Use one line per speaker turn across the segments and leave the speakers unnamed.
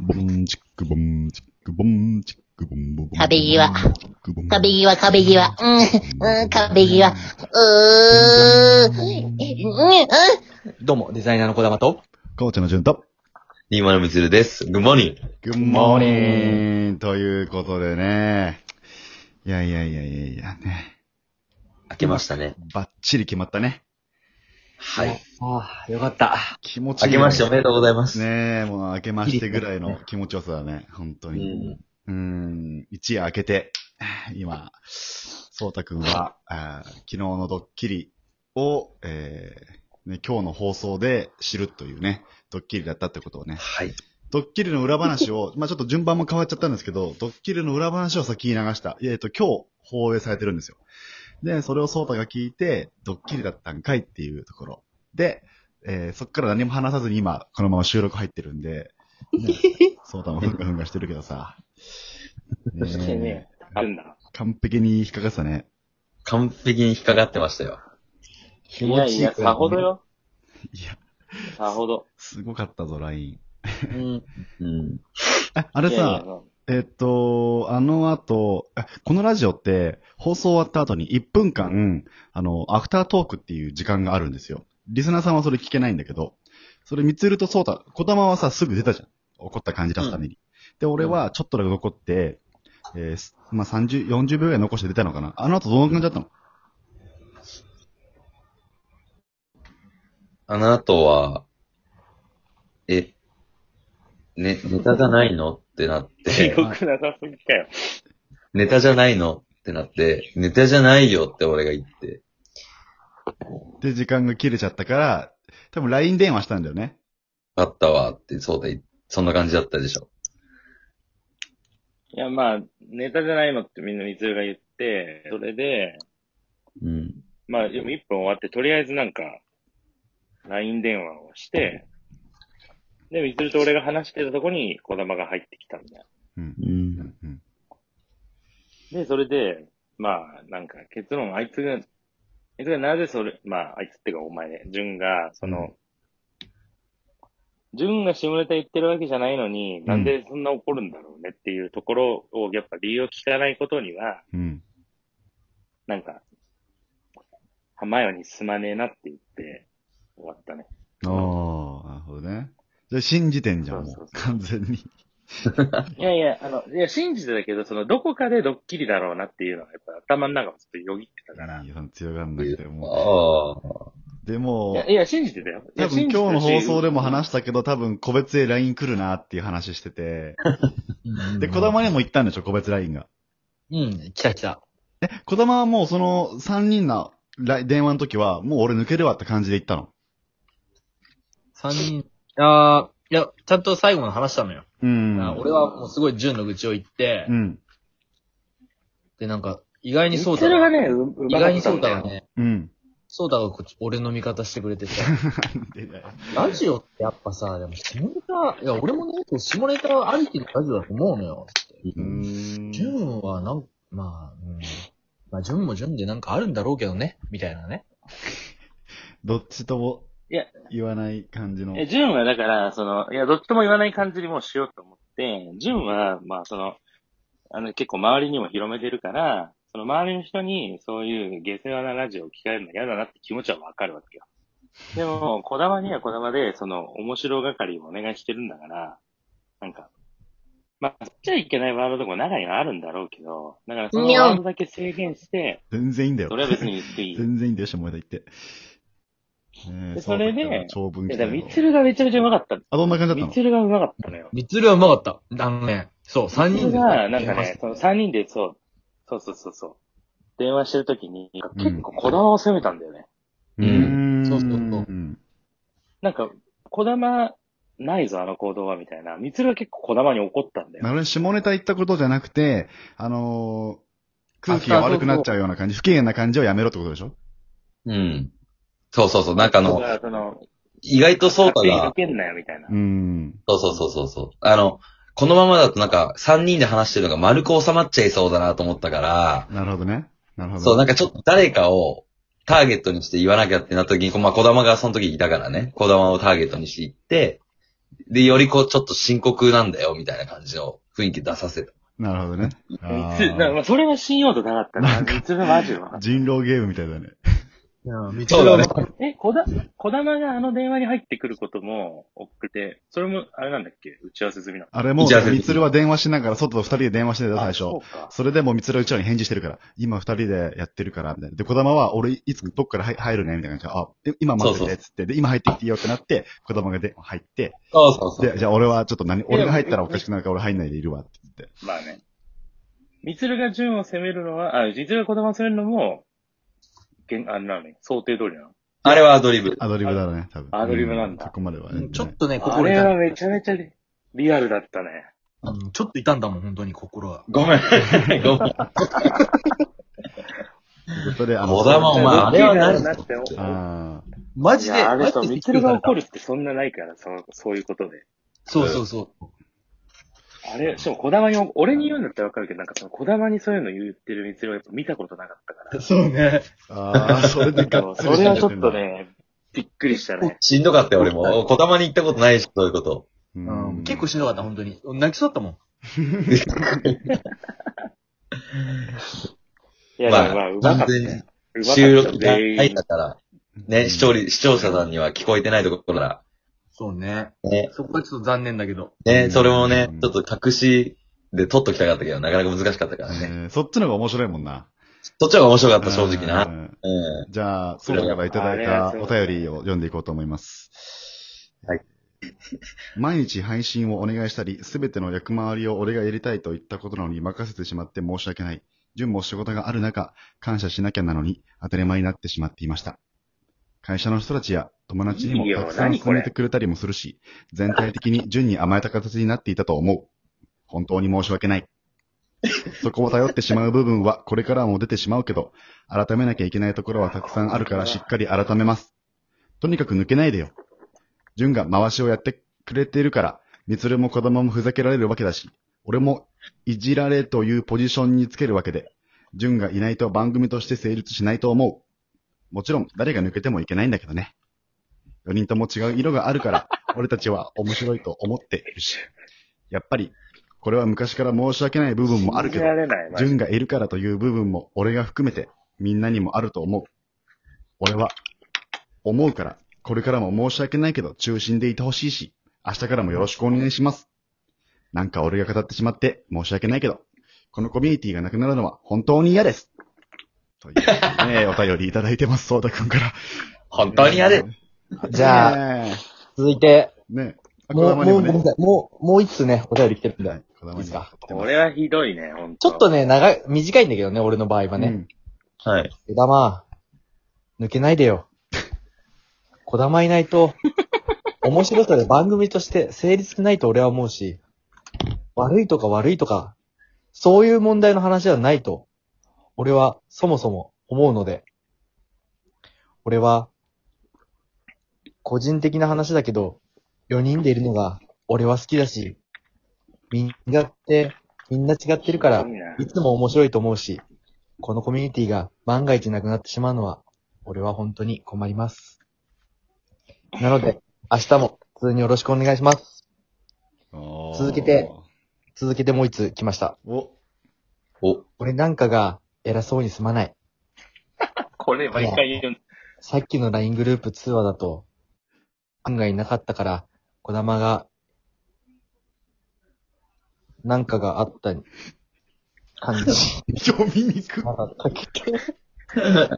ボンチックボンチックボンチックボンボボン。
壁際壁際、壁際。うん、うん、壁際。うー、うん、うん。
どうも、デザイナーの小玉と。
かおちゃんの順と。
今のみつるです。グッモーニング。
morning
Good ということでね。いやいやいやいやいやね。
開けましたね。
バッチリ決まったね。
はい。
ああ、よかった。
気持ちい
開
い
け
よね
ましておめでとうございます。
ねえ、もう明けましてぐらいの気持ちよさだね、本当
う
に。
ん。
うーん、一夜明けて、今、そうたくんは、あー昨日のドッキリを、えーね、今日の放送で知るというね、ドッキリだったってことをね、
はい。
ドッキリの裏話を、 まあちょっと順番も変わっちゃったんですけど、ドッキリの裏話を先に流した。えっ、と、今日放映されてるんですよ。で、それをソータが聞いて、ドッキリだったんかいっていうところ。で、えーそっから何も話さずに今、このまま収録入ってるんで、 ね、ソータもふんかふんかしてるけどさ。ねえ
してねあるんだ。
完璧に引っかかってたね。
完璧に引っかかってましたよ。
気
いやいや、さほどよ。
いや、
さほど。
すごかったぞ、ライン。
うん。
うん。
ああれさ、
いやいやまあ
えっと、あの後、あこのラジオって、放送終わった後に1分間、あの、アフタートークっていう時間があるんですよ。リスナーさんはそれ聞けないんだけど、それ、みつるとそうた、小玉はさ、すぐ出たじゃん。怒った感じ出すために。で、俺はちょっとだけ残って、えーすまあ、30、40秒ぐらい残して出たのかな。あの後どんな感じだったの
あの後は、え、ね、ネタじゃないのってなっ
記
て、
憶なさすぎかよ。
ネタじゃないのってなって、ネタじゃないよって俺が言って。
で、時間が切れちゃったから、多分 LINE 電話したんだよね。
あったわって、そうだ、そんな感じだったでしょ。
いや、まあ、ネタじゃないのってみんなみつるが言って、それで、
うん。
まあ、でも1分終わって、とりあえずなんか、LINE 電話をして、で、みつると俺が話してたとこに、小玉が入ってきたんだよ。
うん。
うん
うん。うん。
で、それで、まあ、なんか、結論、あいつが、あいつがなぜそれ、まあ、あいつってかお前ね、純が、その、純が下ネタ言ってるわけじゃないのに、
ん
なんでそんな怒るんだろうねっていうところを、やっぱ理由を聞かないことには、
うん。
なんか、浜よにすまねえなって言って終わったね。
ああ、なるほどね。じゃあ信じてんじゃん、も
そう
う。
そう
完全に。
いやいや、あの、いや、信じてたけど、その、どこかでドッキリだろうなっていうのが、やっぱ頭の中もちょっとよぎってたから。い
いや強がんなくて、も
あ
う。でも
や、、いや信じてたよ。い
多
や
分今
信じ
日
てた
の
し
放送でも話したけど、多分個別で LINE 来るなっていう話してて。
うん
で、小玉にも行ったんでしょ、個別 LINE が。
うん、来た来た。
小玉はもうその3人のライン電話の時は、もう俺抜けるわって感じで行ったの。
三人、ああ、いや、ちゃんと最後まで話したのよ。
うん。
あー俺はもうすごい純の愚痴を言って
う、ん。
で、なんか、意外にそう
そ
だ
れがね、うう
意
ま
外
かったんだよ
にそうだがね、
うん。
そうだがこっち俺の味方してく れてさ、
でだよ
ラジオってやっぱさ、でも下ネタ、いや、俺もね、よく下ネタありきのラジオだと思うのよ。
う
あ。
ん。
純はなん、まあ、うん。まあ、純も純でなんかあるんだろうけどね、みたいなね。
どっちとも
いや
言わない感じの。
え、ジュンはだから、その、いや、どっちとも言わない感じにもうしようと思って、ジュンは、まあ、その、あの、結構周りにも広めてるから、その周りの人にそういう下世話なラジオを聞かれるの嫌だなって気持ちはわかるわけよ。でも、こだまにはこだまで、その、面白がかりをお願いしてるんだから、なんか、まあ、そっちゃいけないワードとかも中にはあるんだろうけど、だからそのワードだけ制限して、
全然いいんだよ
そ。れは別に言って いい。
全然いいんだよ、下ネタ言って。ねえ
でそれで
そうだったら長文
いや、
来
だ
た
から、
よ
みつるがめちゃめちゃうまかった。
あ、どんな感じだ
み
った
つるがうまかったのよ。
みつるはうまかった。あのね、そう、三
みつ
人
る
で。
が、なんかね、その3人でそう、そうそうそうそう、電話してるときに、結構小玉を責めたんだよね。
の
うんそうそうそうん
なんか、小玉、ないぞ、あの行動は、みたいな。みつるは結構小玉に怒ったんだ
な
よ。
るほど、下ネタ言ったことじゃなくて、あのー空気が悪くなっちゃうような感じ、不機嫌な感じをやめろってことでしょ
うん。そうそうそう。なんかあ
だ
の
か、らその、
意外とそうか
勝手に
な
か。けんなよ、みたいな
う。ん。
そうそうそうそうそう。あの、このままだとなんか、三人で話してるのが丸く収まっちゃいそうだなと思ったから、
なるほどね。なるほど。
そう、なんかちょっと誰かをターゲットにして言わなきゃってなった時に、こうまあ、小玉がその時いたからね、小玉をターゲットにして言って、で、よりこう、ちょっと深刻なんだよ、みたいな感じの雰囲気出させた。
なるほど ね。あ
つな
ー
まあそれが信用度なかったな。三つ目マジは。
人狼ゲームみたいだね。
いや、道
そうだね
え、こだ、こだまがあの電話に入ってくることも多くて、それも、あれなんだっけ打ち合わせ済みなの。
あれも
打ち合わせ、
みつるは電話しながら、外と二人で電話してた最初
あ。そうか。
それでもうみつるはうちらに返事してるから、今二人でやってるから、みたいな。で、小玉は、俺、いつ、どっから入入るねみたいな感じで、あ、で今待って
そうそ
て、
う
つって、で、今入ってきていいよってなって、小玉がで入って、
そうそうそう。
で、じゃあ俺はちょっと何、俺が入ったらおかしくなるから俺入んないでいるわって言って。
まあね。みつるが順を攻めるのは、あ、みつるがこだまを攻めるのも、げんあれなのに想定通りなの。
あれはアドリブ。
アドリブだね、多分。
アドリブなんだ
うそこまではね。
ちょっとね、
あ
心
れ
痛
はいめちゃめちゃリリアルだったね。
うんちょっと痛んだもん、本当に心は。
ごめん。 ごめん。
ということで、あ
小玉お前あれは何
なって思う
あー
マ
い
ジで、
や、
マ
あれ
ジ
さ、
で
みつるが怒るってそんなないから、そう、そういうことで。
そうそうそう。
あれ、しかも小玉に、俺に言うんだったらわかるけど、なんかその小玉にそういうの言ってるみつるはやっぱ見たことなかったから。
そうね。
あー、それでがっつり
それはちょっと。ね、びっくりしたね。
しんどかったよ、俺も。小玉に行ったことないし、そういうこと。
う
うん
ん、
結構しんどかった、本当に。泣きそうだったもん。
いや、でもまあ、うまかった
完全に
ね。うまかった
収録が
全
入
員
った。から、ね、視聴率、視聴者さんには聞こえてないところだ。
そうね。
ね、
そこはちょっと残念だけど。
ね、それもね
うん、
ちょっと隠しで撮っときたかったけど、なかなか難しかったからね。
えーそっちの方が面白いもんな。
そっちの方が面白かった、正直
う
な。
ん
うん。
じゃあ、外からいただいたお便りを読んでいこうと思います。
はい。
毎日配信をお願いしたり、すべての役回りを俺がやりたいと言ったことなのに任せてしまって申し訳ない。順も仕事がある中、感謝しなきゃなのに当たり前になってしまっていました。会社の人たちや友達にも
いいよ
たくさん
何こ
勧
れ
めてくれたりもするし、全体的に順に甘えた形になっていたと思う。本当に申し訳ない。そこを頼ってしまう部分はこれからも出てしまうけど、改めなきゃいけないところはたくさんあるからしっかり改めます。とにかく抜けないでよ。純が回しをやってくれているから、みつるも子供もふざけられるわけだし、俺もいじられというポジションにつけるわけで、純がいないと番組として成立しないと思う。もちろん誰が抜けてもいけないんだけどね。4人とも違う色があるから、 俺たちは面白いと思っているし。やっぱり、これは昔から申し訳ない部分もあるけ
信
ど
じ、られない、マジで
純がいるからという部分も俺が含めてみんなにもあると思う。俺は思うから、これからも申し訳ないけど中心でいてほしいし、明日からもよろしくお願いします。なんか俺が語ってしまって申し訳ないけど、このコミュニティがなくなるのは本当に嫌です。という ね、お便りいただいてます、そうたくんから。
本当にやれ。
じゃあ、
あ。
続いて、
ね。あ
もう、もう、ごめんな
ね
さい。もう、もう一つね、お便り来てるん
は
だ
い。こだまに
いいですか
来てま
こ
す
れはひどいね、ほん
ちょっと。ね、長い、短いんだけどね、俺の場合は
う
ね。
ん
はい。
小玉、抜けないでよ。 小玉いないと、面白さで番組として成立しないと俺は思うし、悪いとか悪いとか、そういう問題の話ではないと、俺はそもそも思うので、俺は、個人的な話だけど、4人でいるのが俺は好きだし、みんなって、みんな違ってるから
いい、ない
つも面白いと思うし、このコミュニティが万が一なくなってしまうのは、俺は本当に困ります。なので、明日も普通によろしくお願いします。
おー
続けて続けてもう一つ来ました。
お、
お、
俺なんかが偉そうにすまない。
これ毎回言う。
さっきの LINE グループ通話だと、案外なかったから、小玉が、なんかがあった感じ。
読みにくい。
まだ書けて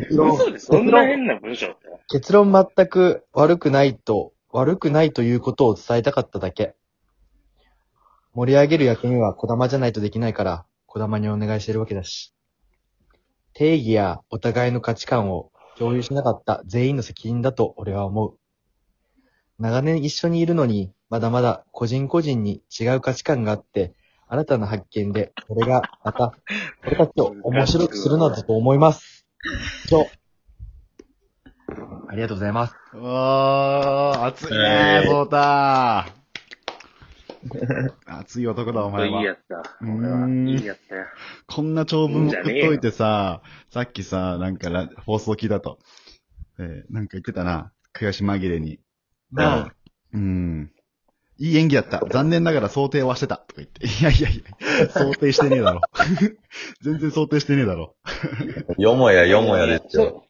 結論、
嘘でそんな変な文章って。
結論全く悪くないと、悪くないということを伝えたかっただけ。盛り上げる役には小玉じゃないとできないから、小玉にお願いしてるわけだし。定義やお互いの価値観を共有しなかった全員の責任だと俺は思う。長年一緒にいるのに、まだまだ個人個人に違う価値観があって、新たな発見で、俺がまた、俺たちを面白くするのだと思います。以上。ありがとうございます。
おー、熱いね
え、ー
ソータ ー。熱い男だ、お前
いい
は。
やつだ。
う
こ
ーん
れはいいやつだよ。
こんな長文
いいん
送っ
じゃねえよ
といてさ、さっきさ、なんかラ放送聞いたと。えーなんか言ってたな。悔し紛れに。
うん
うん。いい演技だった。残念ながら想定はしてた。とか言って。いやいやいや、想定してねえだろ。 全然想定してねえだろ。
よもやよもやですよ。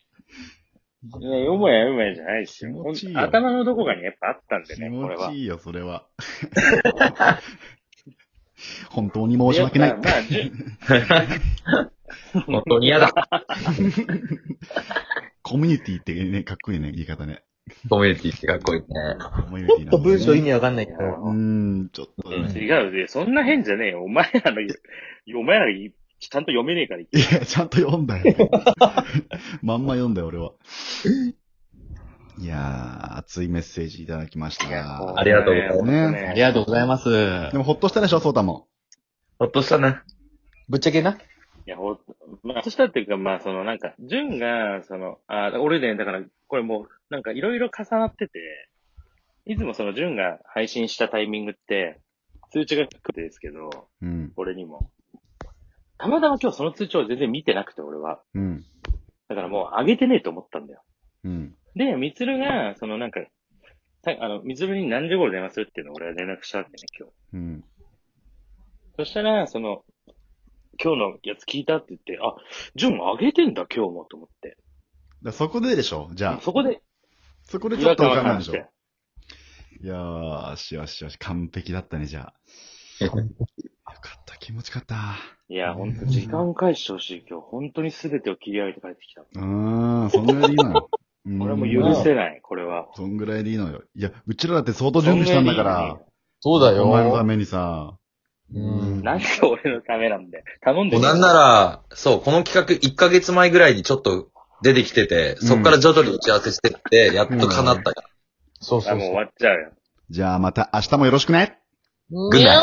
いや、よもやよもやじゃないですよ。
気持ちいいよ
ほんと頭のどこかにやっぱあったんで
気
ね、これ
持
は
ち。いいよ、それ は。本当に申し訳ない
や。まあまあ、じゅ
本当に嫌だ。
コミュニティってね、かっこいいね、言い方ね。
コミュニティってかっこいいね。
コミュニティ
ちょっと文章意
味
味わかんないけど。
うーん、ちょっとね。
違うで、そんな変じゃねえよ。お前らの、お前らがちゃんと読めねえから言って
いや、ちゃんと読んだよ。まんま読んだよ、俺は。いやー、熱いメッセージいただきました。
ありがとうございます
あ
ね
りがとうございます。
でも、ほっとしたでしょ、そうたも。
ほっとしたな。
ぶっちゃけな。
いや、ほん、まあ、そしたらっていうか、まあ、その、なんか、純が、その、あ、俺ね、だから、これもう、なんか、いろいろ重なってて、いつもその、純が配信したタイミングって、通知が来るんですけど、
うん、
俺にも。たまたま今日その通知を全然見てなくて、俺は。
うん、
だからもう、上げてねえと思ったんだよ。
うん、
で、みつるが、その、なんか、さあの、みつるに何時頃電話するっていうのを俺は連絡したんだよね、今日。
うん、
そしたら、その、今日のやつ聞いたって言って、あ、純上げてんだ、今日も、と思って。
だそこででしょじゃあ。
そこで、
そこで
違
ちょ
和
っと
感
わ
を
かんない
感
でし
じ
ょ
て。
いやー、しよしよし、完璧だったね、じゃあ。よかった、気持ちよかった。
いや、ほんと、時間を返してほしい、今日。本当に全てを切り上げて帰ってきた。
うーん、そんぐらいでいいのよ。うん
俺はもう許せない、これは。
そんぐらいでいいのよ。いや、うちらだって相当準備したんだから。
そうだ
お前のた
よ。
めにさ。
うん。
なんで俺のためなんで。頼んで
もうなんなら、そう、この企画1ヶ月前ぐらいにちょっと出てきてて、そっから徐々に打ち合わせしてって、やっと叶ったから。
そう
あ、
そう
もう終
そう。
わっちゃうよ。
じゃあまた明日もよろしくね
グッナイ